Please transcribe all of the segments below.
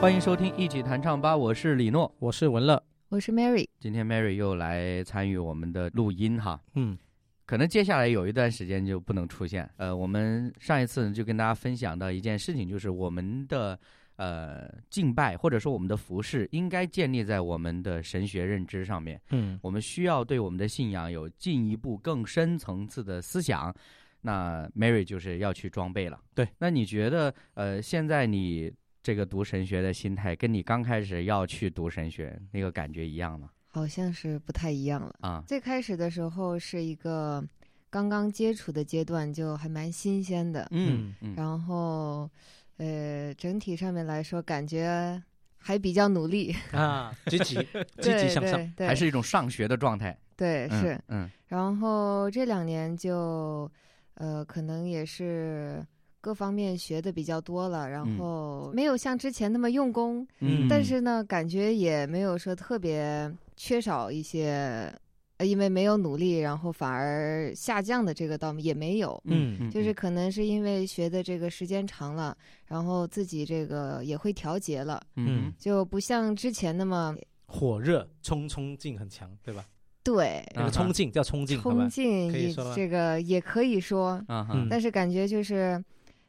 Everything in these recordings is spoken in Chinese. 欢迎收听《一起弹唱吧》，我是李诺。我是文乐，我是 Mary，今天 Mary 又来参与我们的录音哈，嗯，可能接下来有一段时间就不能出现。呃，我们上一次就跟大家分享到一件事情，就是我们的呃敬拜或者说我们的服饰应该建立在我们的神学认知上面。嗯，我们需要对我们的信仰有进一步更深层次的思想。那 Mary 就是要去装备了。对，那你觉得呃，现在你这个读神学的心态，跟你刚开始要去读神学那个感觉一样吗？好像是不太一样了。啊，最开始的时候是一个刚刚接触的阶段，就还蛮新鲜的。嗯嗯然后，呃，整体上面来说，感觉还比较努 力，啊，积极积极对向上，对对还是一种上学的状态。对嗯是。嗯然后这两年就，呃，可能也是各方面学的比较多了，嗯然后没有像之前那么用功，嗯嗯但是呢，感觉也没有说特别缺少一些，呃因为没有努力，然后反而下降的这个倒也没有。嗯嗯，就是可能是因为学的这个时间长了，然后自己这个也会调节了，嗯就不像之前那么嗯火热冲冲劲很强，对吧？对啊那个冲劲叫冲嗯劲，好吧冲？劲可以也说吧这个也可以说，啊哈嗯但是感觉就是，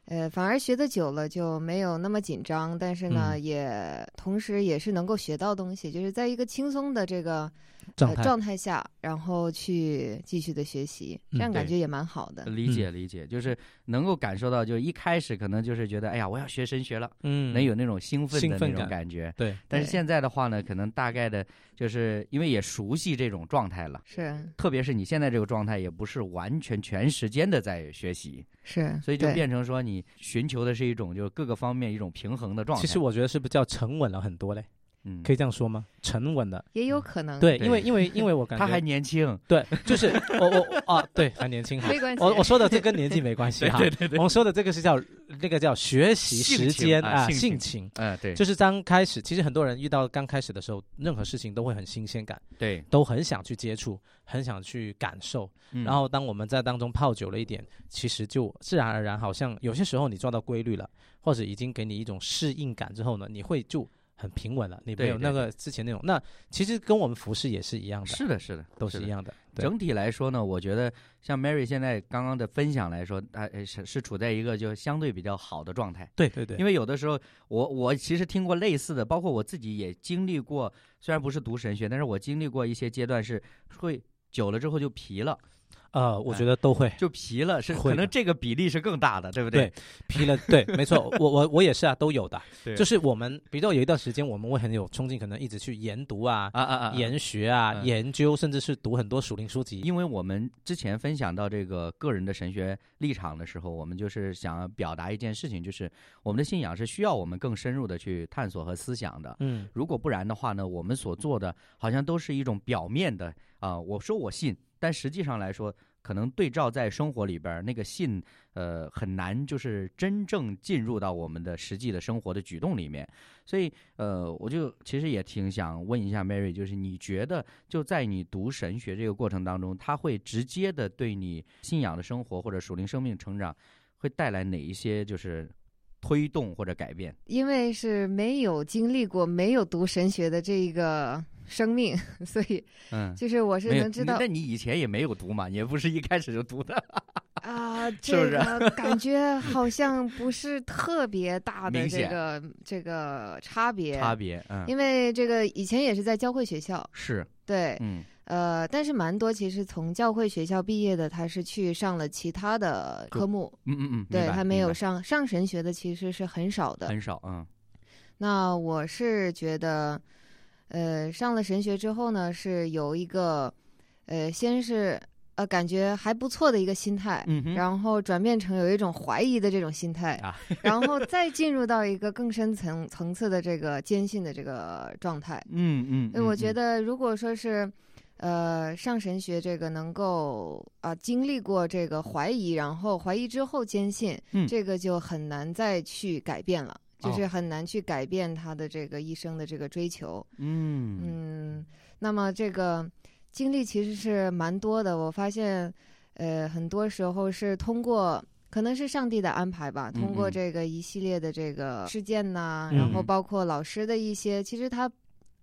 呃，反而学的久了就没有那么紧张，但是呢，嗯也同时也是能够学到东西，就是在一个轻松的这个状呃、态状态下，然后去继续的学习，这嗯样感对觉也蛮好的。呃理解理解，就是能够感受到，就一开始可能就是觉得，哎呀，我要学神学了，嗯能有那种兴奋兴的那奋种感感觉。对，但是对现在的话呢，可能大概的就是因为也熟悉这种状态了，是特别是你现在这个状态，也不是完全全时间的在学习，是，所以就对变成说你寻求的是一种就是各个方面一种平衡的状态。其实我觉得是不是叫沉稳了很多嘞？嗯，可以这样说吗？沉稳了，也有可能对，对因为因 为因为我感觉他还年轻，对，就是我我啊，对，还年轻哈。没 关系，我我说的这跟年纪没关系哈，对对，我们说的这个是叫那个叫学习时性情间啊啊，性情性情，嗯对，就是刚开始，其实很多人遇到刚开始的时候，任何事情都会很新鲜感，对，都很想去接触，很想去感受。嗯然后当我们在当中泡久了一点，其实就自然而然，好像有些时候你抓到规律了，或者已经给你一种适应感之后呢，你会就很平稳了，你没对有对那个之前那种。那其实跟我们服饰也是一样的，是的是的，都是是的一样的。对整体来说呢，我觉得像 Mary 现在刚刚的分享来说，她呃是是处在一个就相对比较好的状态。对对对，因为为有的时候，我我其实听过类似的，包括我自己也经历过，虽然不是读神学，但是我经历过一些阶段是会久了之后就疲了，呃，哎我觉得都 会。就疲了，是会可能的这个比例是更大的，对不对？疲了，对，没错，我我我也是啊，都有的。 对就是我们，比如说有一段时间，我们会很有冲劲，可能一直去研读啊、啊啊啊！啊研学啊、嗯研究，甚至是读很多属灵书籍。因为我们之前分享到这个个人的神学立场的时候，我们就是想要表达一件事情，就是我们的信仰是需要我们更深入的去探索和思想的。嗯，如果不然的话呢，我们所做的好像都是一种表面的啊、我说我信，但实际上来说，可能对照在生活里边儿，那个信，呃，很难就是真正进入到我们的实际的生活的举动里面。所以，呃，我就其实也挺想问一下 Mary，就是你觉得就在你读神学这个过程当中，它会直接的对你信仰的生活或者属灵生命成长，会带来哪一些就是推动或者改变？因为是没有经历过没有读神学的这一个生命， 所以嗯。就是我是没有能知那道那你以前也没有读嘛，你也不是一开始就读的，啊，是不这是 个感觉好像不是特别大的明这显个这个差别，差别，嗯，因为这个以前也是在教会学校，是，对，嗯，呃，但是蛮多其实从教会学校毕业的，他是去上了其他的科目，嗯嗯嗯，对明白他没有明上上神学的其实是很少白的。很少，嗯那我是觉得，呃，上了神学之后呢，是有一个，呃，先是呃感觉还不错的一个心态，嗯哼，然后转变成有一种怀疑的这种心态，啊 然后再进入到一个更深层层次的这个坚信的这个状态。嗯嗯，所以我觉得，得，如果说是，呃，上神学这个能够啊、经历过这个怀疑，然后怀疑之后坚信，嗯这个就很难再去改变了，就哦是很难去改变他的这个一生的这个追求。嗯嗯，那么这个经历其实是蛮多的。我发现，呃，很多时候是通过。可能是上帝的安排吧，通嗯过嗯这个一系列的这个事件呐、嗯然后包括老师的一些，其实他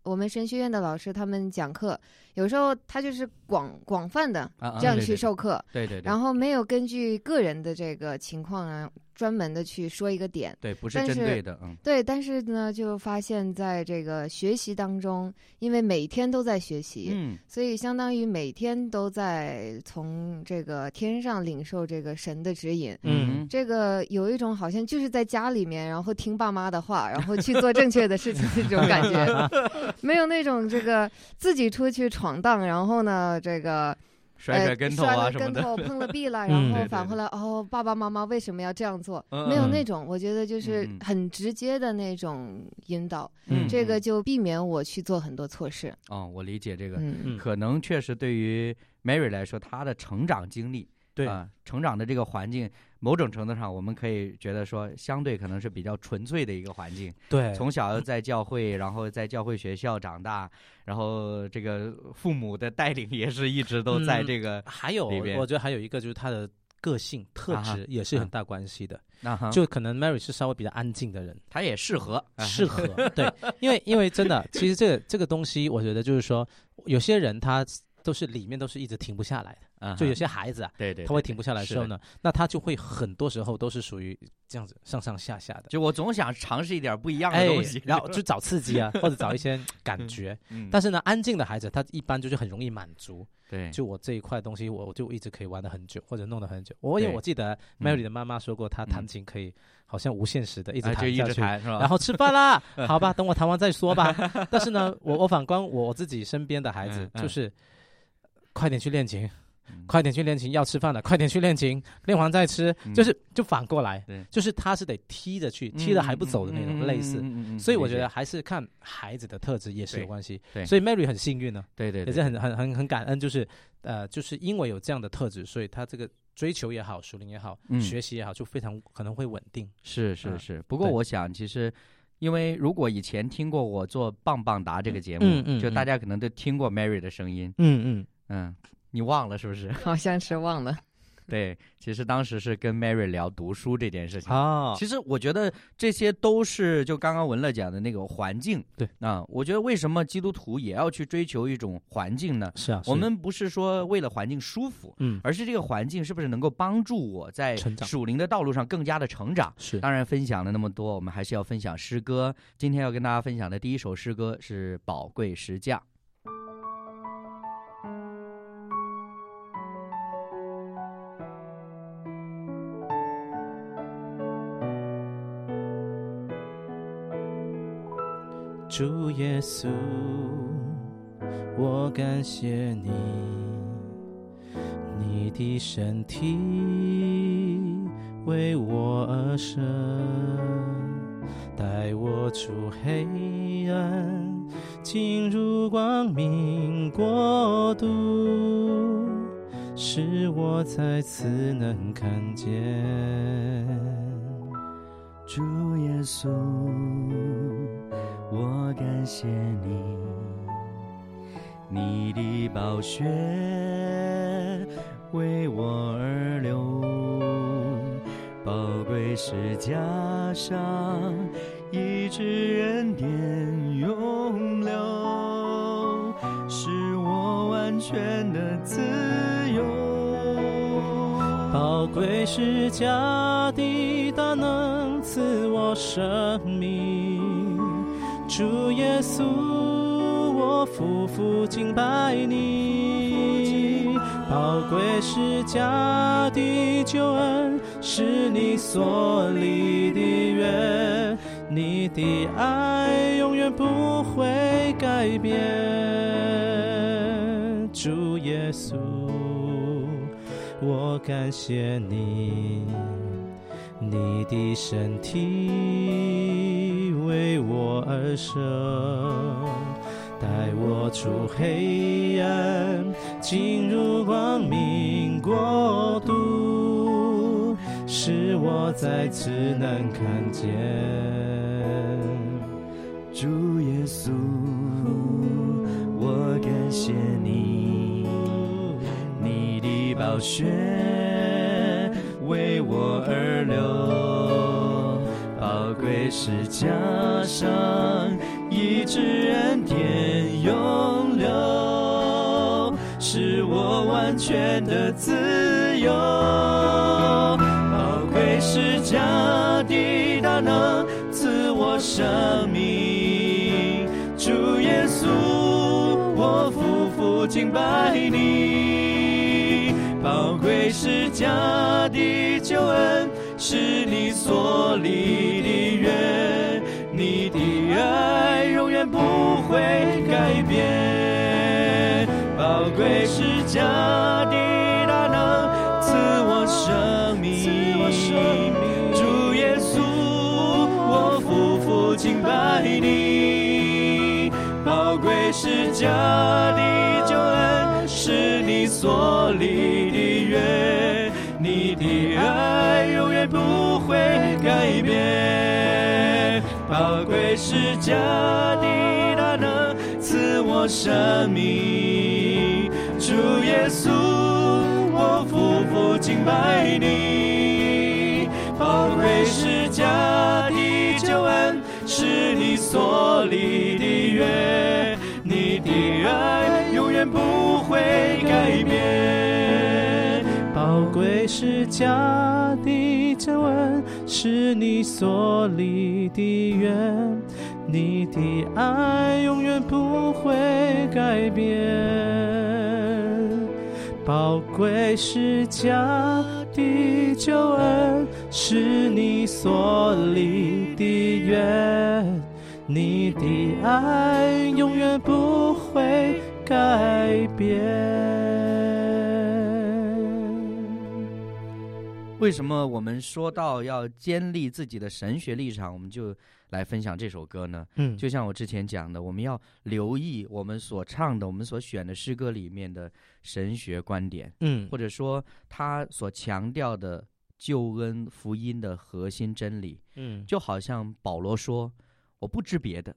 我们神学院的老师他们讲课，有时候他就是广广泛的啊，啊这样对去对授课，对对对，然后没有根据个人的这个情况啊，专门的去说一个点。对不是但针是对的，嗯对，但是呢，就发现在这个学习当中，因为每天都在学习，嗯所以相当于每天都在从这个天上领受这个神的指引。嗯嗯这个有一种好像就是在家里面，然后听爸妈的话，然后去做正确的事情这种感觉，没有那种这个自己出去闯荡，然后呢，这个甩甩呃跟头摔啊了什么跟的， 头碰了壁了，嗯然对后对返对回来哦，爸爸妈妈为什么要这样做？嗯没有嗯那种，我觉得就是嗯嗯很直接的那种引导，嗯 这个嗯就避免我去做很多错事。哦，我理解这个，嗯嗯可能确实对于 Mary 来说，她的成长经历，对啊、成长的这个环境，某种程度上我们可以觉得说，相对可能是比较纯粹的一个环境。对，从小在教会，然后在教会学校长大，然后这个父母的带领也是一直都在嗯这个，还有里边我觉得还有一个就是他的个性特啊哈质也是很大关系的，那、哈就可能 Mary 是稍微比较安静的人，他也适合，啊适 合对，因为因为真的，其实这个这个东西，我觉得就是说，有些人他都是里面都是一直停不下来的，啊哈就有些孩子啊，对对，他会对停不下来的是时候呢，那他就会很多时候都是属于这样子上上下下的。就我总想尝试一点不一样的哎东西，， 嗯然后就找刺激啊，或者找一些感觉。但是是呢，安静的孩子，他一般就是很容易满足。对，就我这一块东西，我我就一直可以玩的很久，或者弄得很久。我因为对我记得嗯 Mary 的妈妈说过，她弹嗯琴可以好像无限时的一直啊 就弹一下直嗯去，谈是吧？然后吃饭 啦，好吧，等我谈完再说吧。但是呢，我我反观我自己身边的孩子嗯，嗯就是快点去练琴嗯，快点去练琴，要吃饭了，快点去练琴，练完再吃，就是就反过来嗯对，嗯就是他是得踢着去，踢着还不走的那种，类似。似所以我觉得还是看孩子的特质也是嗯对有关系对。所以 Mary 很幸运呢，对对也对是很很很很感恩，就是呃，就是因为有这样的特质，所以他这个追求也好，熟龄也好嗯，学习也好，就非常可能会稳定。是是嗯是，不过对我想，其实因为如果以前听过我做《棒棒答》这个节目，嗯嗯就大嗯家可能都听过 Mary 的声音，嗯嗯。嗯，你忘了是不是？ 好像是忘了，对，其实当时是跟 Mary 聊读书这件事情。哦，其实我觉得这些都是就刚刚文乐讲的那个环境，对啊，我觉得为什么基督徒也要去追求一种环境呢？是啊，我们不是说为了环境舒服，嗯而是这个环境是不是能够帮助我在成长属灵的道路上更加的成长？是当然，分享了那么多，我们还是要分享诗歌。今天要跟大家分享的第一首诗歌是《宝贵石匠》。主耶稣，我感谢你，你的身体为我而生，带我出黑暗，进入光明国度，使我再次能看见。主耶稣，我感谢你，你的宝血为我而流，宝贵是加上一直恩典永留，使我完全的自由。宝贵是家的大能赐我生命，主耶稣，我夫妇敬拜你。宝贵是家的救恩，是你所立的约，你的爱永远不会改变，主耶稣。我感谢你，你的身体为我而生，带我出黑暗，进入光明国度，使我再次能看见。主耶稣，我感谢你，你的宝血为我而流，宝贵是加上医治恩典永留，使我完全的自由，宝贵是加的大能。赐我生命，主耶稣，我夫妇敬拜你。宝贵是家的救恩，是你所立的约，你的爱永远不会改变。宝贵是家的大能，赐我生命，主耶稣。我夫妇敬拜你，宝贵是家的救恩，是你所立的约，你的爱永远不会改变。宝贵是家的大能，赐我生命，主耶稣，我夫妇敬拜你，宝贵是家的。救恩是你所立的约，你的爱永远不会改变。宝贵是家的救恩，是你所立的约，你的爱永远不会改变。宝贵是家的救恩，是你所立的约，你的爱永远不会改变。为什么我们说到要坚立自己的神学立场，我们就来分享这首歌呢？嗯就像我之前讲的，我们要留意我们所唱的、我们所选的诗歌里面的神学观点，嗯或者说他所强调的救恩福音的核心真理。嗯就好像保罗说：“我不知别的，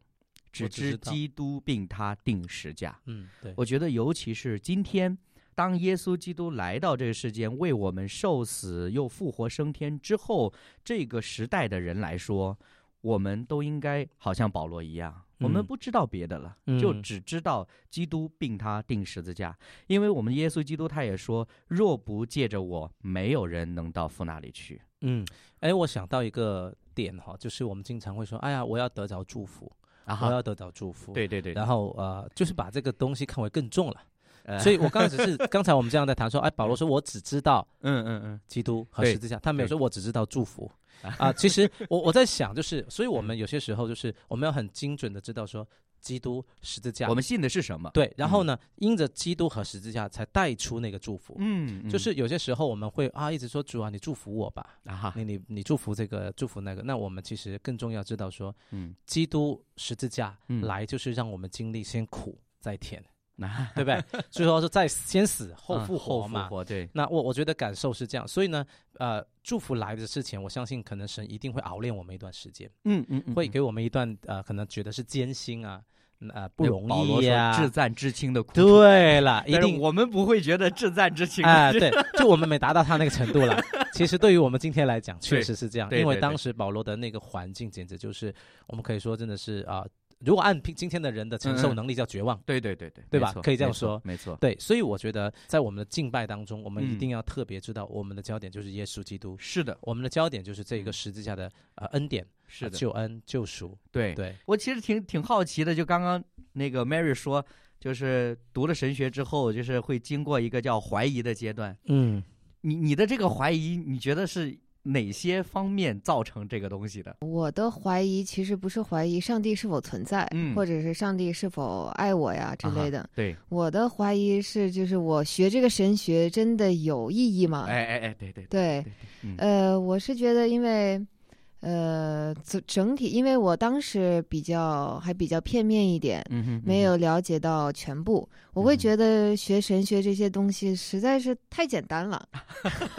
只我只知知道基督并他定十架。”嗯对我觉得，尤其是今天，当耶稣基督来到这个世间，为我们受死又复活升天之后，这个时代的人来说，我们都应该好像保罗一样，我们嗯不知道别的了，就嗯只知道基督并他钉十字架，因为我们耶稣基督他也说：“若不借着我，没有人能到父那里去。嗯，哎，我想到一个点哈，就是我们经常会说，哎呀，我要得着祝福，”啊我哈，要得着祝福。。对对对，然后呃，就是把这个东西看为更重了，呃所以我刚才只 是刚才我们这样在谈说，哎，保罗说我只知道嗯嗯嗯，基督和对十字架，他没有对说我只知道祝福啊。其实我我在想， 就是所以我嗯们有些时候就是我们要很精准的知道说基督十字架我，们信的是什么？对，然后呢，因着基督和十字架才带出那个祝福。嗯，嗯，就是有些时候我们会啊一直说主啊，你祝福我吧，啊哈，你你你祝福这个祝福那个，那我们其实更重要知道说，嗯，基督十字架嗯来就是让我们经历先苦再甜， 那对不对？最后说再先死后嗯复活后嘛。复活，对，那我我觉得感受是这样，所以呢，呃，祝福来的之前，我相信可能神一定会熬炼我们一段时间，嗯嗯嗯会嗯给我们一段呃，可能觉得是艰辛啊，嗯呃，不那容哎保罗易说呀、至赞至亲的苦楚，对了，一但是定我们不会觉得至赞至亲 哎、的对，就我们没达到他那个程度了。其实对于我们今天来讲，确对实是这样，对因为对当对时保罗的那个环境，简直就是我们可以说真的是啊、如果按平今天的人的承受嗯嗯能力叫绝望。对对对对，对没吧错可以这样没错说没错，对，所以我觉得在我们的敬拜当中，我们一嗯定要特别知道，我们的焦点就是耶稣基督，是的，我们的焦点就是这一个十字架的呃恩典、嗯是呃的，救恩、救赎。对。对，我其实挺挺好奇的，就刚刚那个 Mary 说，就是读了神学之后，就是会经过一个叫怀疑的阶段。嗯，你你的这个怀疑，你觉得是哪些方面造成这个东西的？我的怀疑其实不是怀疑上帝是否存在，嗯或者是上帝是否爱我呀之类的。啊哈对，我的怀疑是，就是我学这个神学真的有意义吗？哎哎哎，对对，啊对对，嗯呃，我是觉得，因为，呃，整整体，因为我当时比较还比较片面一点，嗯哼，没嗯有了解到全部，我会嗯觉得学神学这些东西实在是太简单了，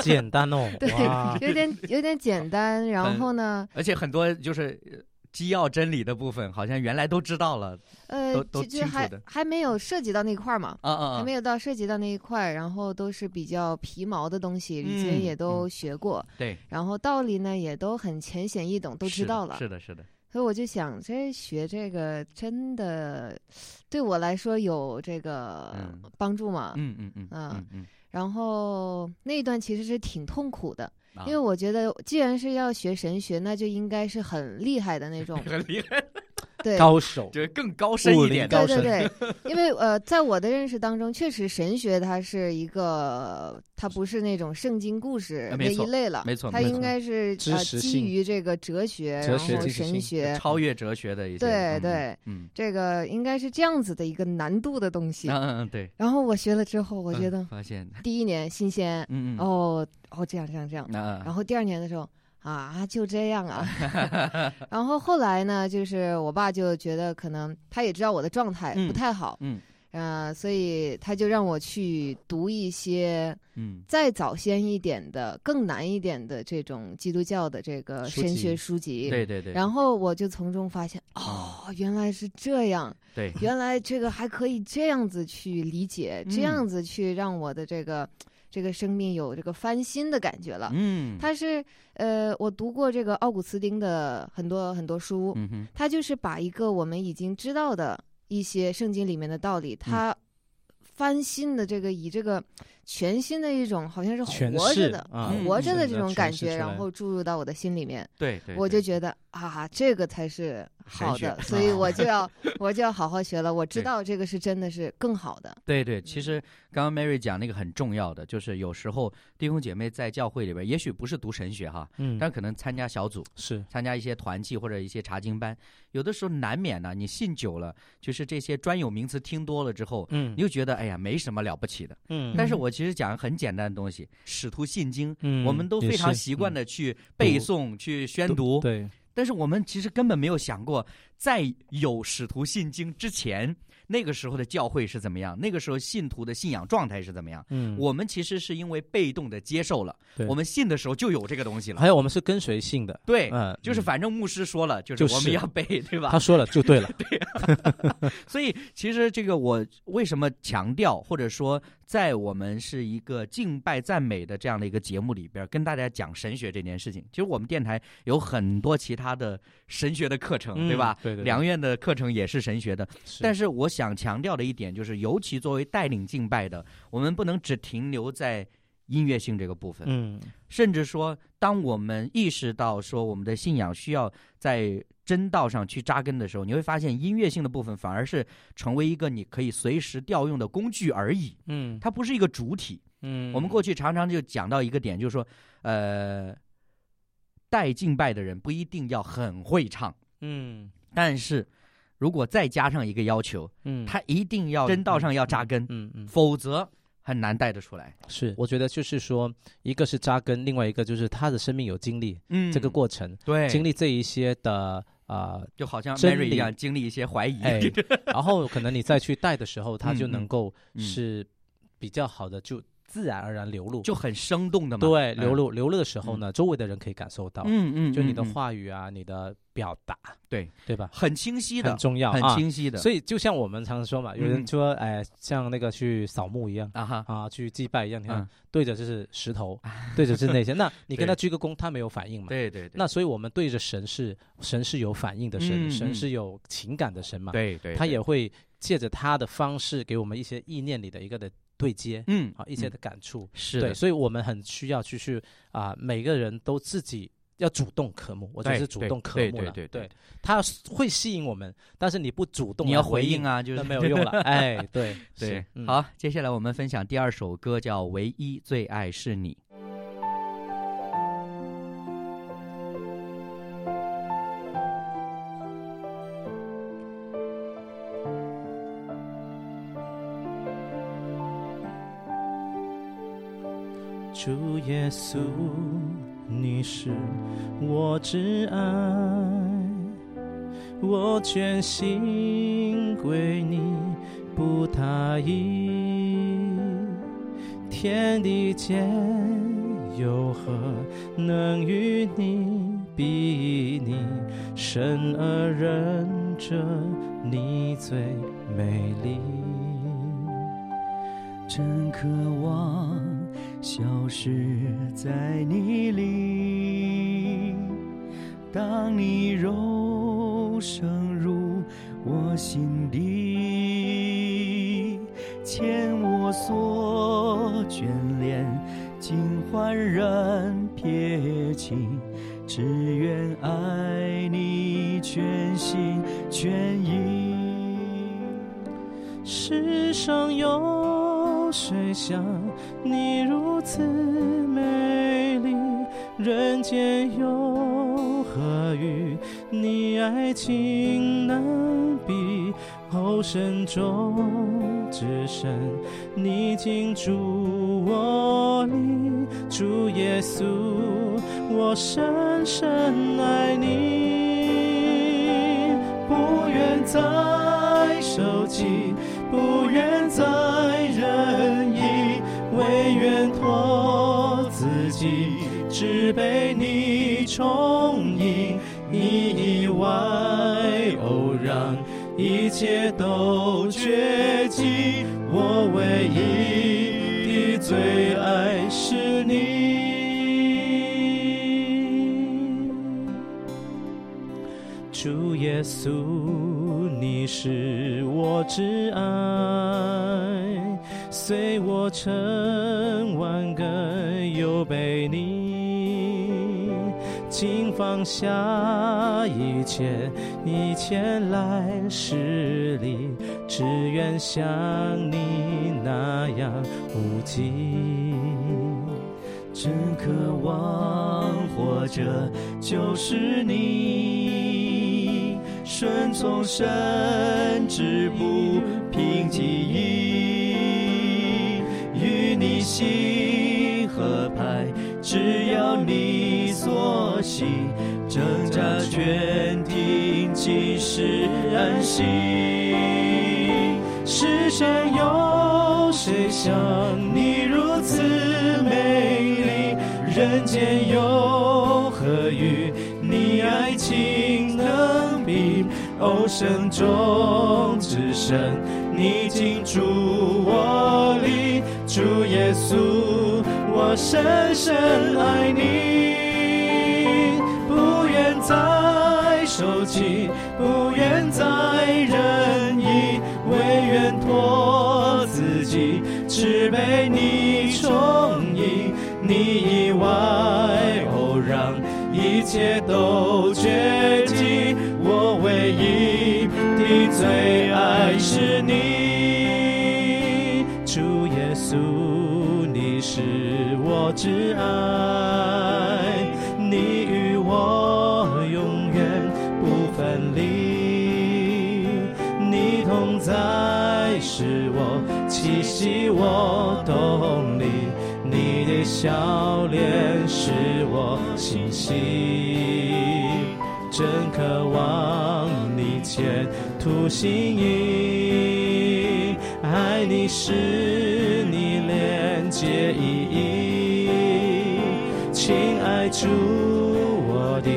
简单哦，对哇，有点有点简单。然后呢，哼，而且很多就是呃基要真理的部分，好像原来都知道了，呃都，都就就清楚还的还没有涉及到那块儿嘛。啊啊啊，还没有到涉及到那一块儿，然后都是比较皮毛的东西，以前嗯也都嗯学过，对，然后道理呢也都很浅显易懂，都是知的道了。是的，是的，所以我就想，这学这个真的对我来说有这个嗯帮助吗？嗯嗯嗯啊嗯嗯然后那一段其实是挺痛苦的，啊，，因为我觉得既然是要学神学，那就应该是很厉害的 那种很厉害，对。高手就是更高深武一林点的，高对深对对，因为呃，在我的认识当中，确实神学它是一个，它不是那种圣经故事啊那没一错类了，没错它没应错该是知呃识基性于这个哲学，哲学然后知识神性学，超越哲学的一些，对嗯对，嗯这个应该是这样子的一个难度的东啊西嗯。嗯嗯，对，然后我学了之后，我嗯觉得发现，第一年新鲜，嗯嗯，哦哦这样这样这样，啊，然后第二年的时候啊就这样 啊，然后后来呢，就是我爸就觉得可能他也知道我的状态嗯不太好，嗯呃，所以他就让我去读一些嗯再早先一点的、更难一点的这种基督教的这个书神籍学书籍，对对嗯对，然后我就从中发现，哦，原来是这样，对 原来这个还可以这样子去理解，这嗯样子去让我的这个这个生命有这个翻新的感觉了。嗯，他是呃，我读过这个奥古斯丁的很多很多书，嗯哼，他就是把一个我们已经知道的一些圣经里面的道理，他翻新的这个以这个全新的一种好像是诠活着释的。啊嗯，活着的嗯这种感觉，诠释出来然后注入到我的心里面，对对，我就对觉得啊，这个才是好神的， 学所以我就要我就要好好学了。我知对道这个是真的是更好的，对对，其嗯实刚刚 Mary 讲那个很重要的，就是有时候弟兄姐妹在教会里边，也许不是读神学哈，嗯，但可能参加小组、是参加一些团契或者一些查经班，有的时候难免呢，你信久了，就是这些专有名词听多了之后，嗯你就觉得哎呀没什么了不起的。嗯但是我其实讲很简单的东西，《使徒信经》。嗯我们都非常习惯的去背诵、去宣读，对但是我们其实根本没有想过，在有《使徒信经》之前，那个时候的教会是怎么样，那个时候信徒的信仰状态是怎么样。嗯我们其实是因为被动的接受了对，我们信的时候就有这个东西了。还有我们是跟随性的，对，嗯，哎就是嗯反正牧师说了，就就是我是们要背， 对吧他？说了就对了，所以其实这个我为什么强调，或者说在我们是一个敬拜赞美的这样的一个节目里边，跟大家讲神学这件事情。其实我们电台有很多其他的神学的课程， 对嗯吧？对对，良院的课程也是神学的，但是是我想强调的一点就是，尤其作为带领敬拜的，我们不能只停留在音乐性这个部分，嗯甚至说，当我们意识到说我们的信仰需要在真道上去扎根的时候，你会发现音乐性的部分反而是成为一个你可以随时调用的工具而已，嗯它不是一个主体。嗯，我们过去常常就讲到一个点，就是说，呃，带敬拜的人不一定要很会唱，嗯但是如果再加上一个要求，嗯他一定要真道上要扎根，嗯嗯否则很难带得出来。是，我觉得就是说，一个是扎根，另外一个就是他的生命有经历、嗯这个过程，对经历这一些的 啊、就好像真 Mary 一理样经历一些怀疑，哎，然后可能你再去带的时候，他就嗯嗯能够嗯是比较好的，就自然而然流露，就很生动的嘛。对嗯流，露流露的时候呢，周围的人可以感受到，嗯嗯，就你的嗯嗯话语啊，你的表达，对对吧？很清晰很的，重要很啊。清晰的，所以就像我们常说嘛，有嗯人说，哎，像那个去扫墓一样。啊哈，啊，去祭拜一样，你看、嗯啊对着就是石头，对着是那 些，那你跟对他鞠个躬，他没有反应嘛？对对对，那所以我们对着神是神是有反应的神，嗯嗯神是有情感的神嘛？，对对，他对也会借着他的方式给我们一些意念里的一个的对接、嗯啊，一些嗯的感触。是对，的，所以我们很需要去去啊、每个人都自己。要主动渴慕，我觉得对是主哎对动渴对慕对了。对对他会吸引我们，但是你不主动，你要回回应，啊， 就是那没有用了。哎，对对是，嗯好，接下来我们分享第二首歌，叫《唯一最爱是你》。主耶稣，你是我挚爱，我全心归你，不他意。天地间有何能与你比拟？生而忍者，你最美丽。真渴望消失在你里。当你柔声入我心底，牵我所眷恋，尽焕然撇清，只愿爱你全心全意。世上有谁像你如此美丽？人间有何与你爱情能比？后生中只剩你进驻我里，主耶稣，我深深爱你，不愿再受尽。不愿再任意，唯愿托自己，只被你充盈。你以外，偶让一切都绝迹。我唯一的最爱是你，主耶稣。你是我挚爱，随我成万个又被你，请放下一切，你前来十里，只愿像你那样无尽。真渴望活着就是你，顺从神旨不凭记忆，与你心合拍，只要你所喜，挣扎全停，即是安息。世上有谁像你如此美丽？人间有何与你爱情能比？偶生中只剩你进驻我里，主耶稣，我深深爱你，不愿再受气，不愿再任意。唯愿托自己，只被你充盈。你以外，偶让一切都绝迹。我唯一的最爱是你，主耶稣，你是我挚爱，你与我永远不分离。你同在是我气息，我动力，你的笑脸是我欣喜，真渴望你前途新意，爱你使你连接意义，亲爱主，我的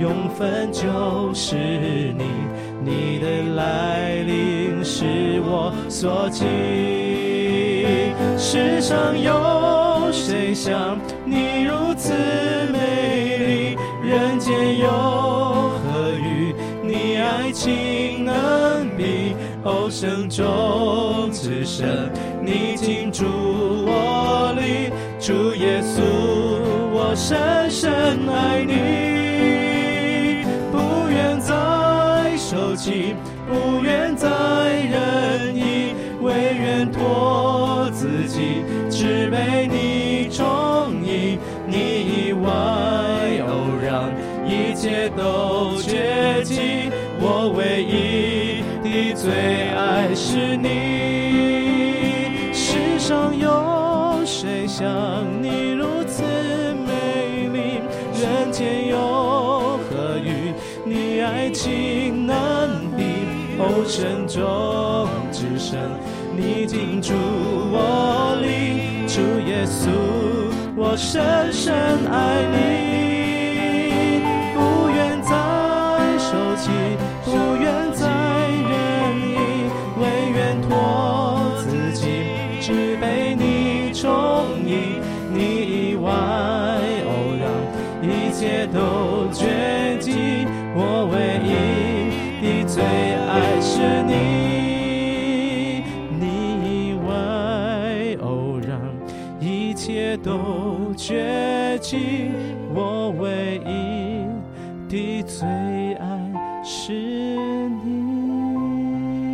永分就是你。你的来临是我所记。世上有谁像你如此美丽？人间有何与你爱情能比？偶生中只剩你进驻我里，主耶稣，我深深爱你，不愿再受气，不愿再任意，唯愿托自己，只被你充盈。你以外，偶让一切都绝迹，我唯一的最爱是你。世上有谁像你如情难比，后生中只剩你进驻我里，主耶稣，我深深爱你，不愿再受气，不愿再任意，唯愿托自己，只被你中意，你以外偶然。一切都绝迹，我唯一的最爱是你，你以外偶然，一切都绝迹，我唯一的最爱是你。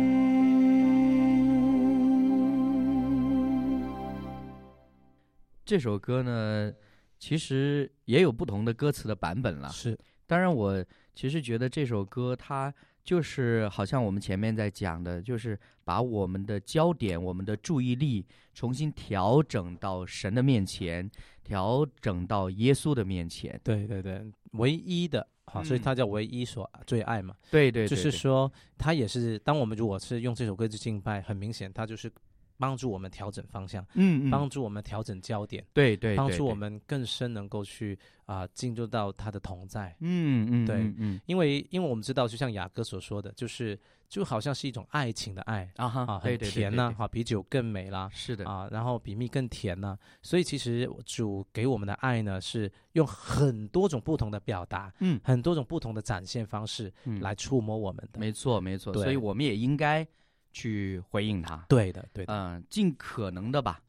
这首歌呢，其实也有不同的歌词的版本了。是，当然，我其实觉得这首歌它就是好像我们前面在讲的，就是把我们的焦点、我们的注意力重新调整到神的面前，调整到耶稣的面前。对对对，唯一的啊，所以它叫唯一所最爱嘛。对嗯对对就是对说，它也是当我们如果是用这首歌去敬拜，很明显，它就是帮助我们调整方向，嗯，嗯帮助我们调整焦点，对对帮对助我对们更深能够去啊、进入到他的同在。嗯嗯对嗯嗯因为，因为我们知道，就像雅哥所说的，就是就好像是一种爱情的爱啊哈啊，对很对对甜对呐、对啊，比酒更美啦，是的，啊，然后比蜜更甜呐、所以其实主给我们的爱呢，是用很多种不同的表达，嗯很多种不同的展现方式嗯来触摸我们的。没错没错，所对以我们也应该去回应他。对的，对的，嗯，尽可能的吧。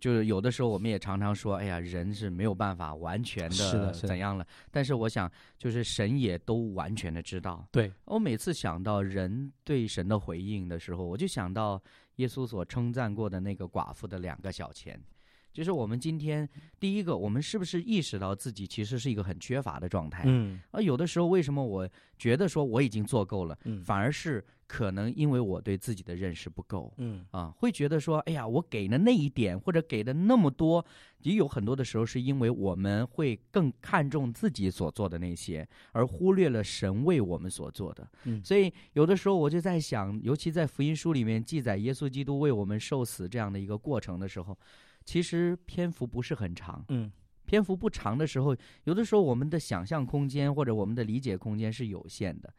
就是有的时候我们也常常说，哎呀，人是没有办法完全是的的是的怎样了。但是我想，就是神也都完全的知道。对，我每次想到人对神的回应的时候，我就想到耶稣所称赞过的那个寡妇的两个小钱。就是我们今天第一个，我们是不是意识到自己其实是一个很缺乏的状态？嗯啊，有的时候为什么我觉得说我已经做够了，嗯反而是可能因为我对自己的认识不够。嗯，啊，会觉得说，哎呀，我给了那一点，或者给的那么多，也有很多的时候是因为我们会更看重自己所做的那些，而忽略了神为我们所做的。嗯所以有的时候我就在想，尤其在福音书里面记载耶稣基督为我们受死这样的一个过程的时候，其实篇幅不是很长。嗯，篇幅不长的时候，有的时候我们的想象空间或者我们的理解空间是有限的。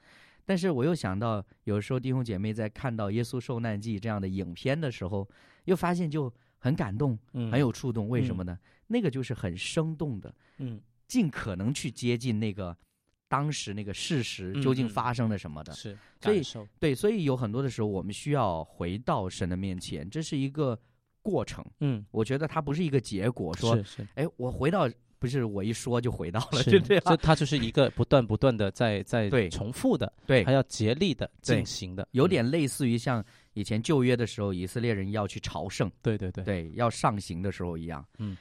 但是我又想到，有时候弟兄姐妹在看到《耶稣受难记》这样的影片的时候，又发现就很感动，嗯很有触动。为什么呢？那个就是很生动的，嗯尽可能去接近那个当时那个事实嗯究竟嗯发生了什么的。是所以感受对，所以有很多的时候，我们需要回到神的面前，这是一个过程。嗯，我觉得它不是一个结果，说是，是哎，我回到不是 我一说就回到了，是对不对所以啊？它就是一个不断不断的在在对重复的，对还，要竭力的对进行的，有嗯点类似于像以前旧约的时候，以色列人要去朝圣。对对对，对，要上行的时候一样。嗯，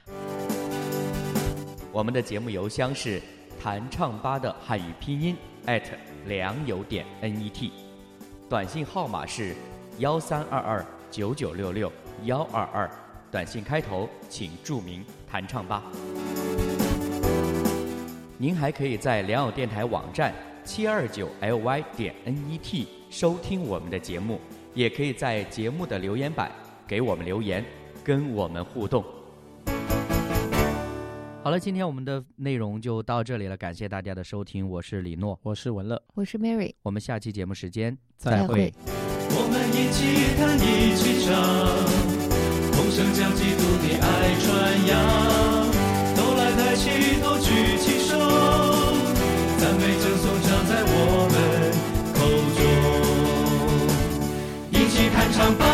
我们的节目邮箱是弹唱吧的汉语拼音 at 良友点 net，短信号码是幺三二二九九六六幺二二，短信开头请注明弹唱吧。您还可以在良友电台网站七二九 ly 点 net 收听我们的节目，也可以在节目的留言板给我们留言，跟我们互动。好了，今天我们的内容就到这里了，感谢大家的收听，我是李诺，我是文乐，我是 Mary，我们下期节目时间再再会会。我们一起弹，一起唱，同声将基督的爱传扬。都来抬起头，举起手，赞美歌颂唱在我们口中。一起弹唱吧，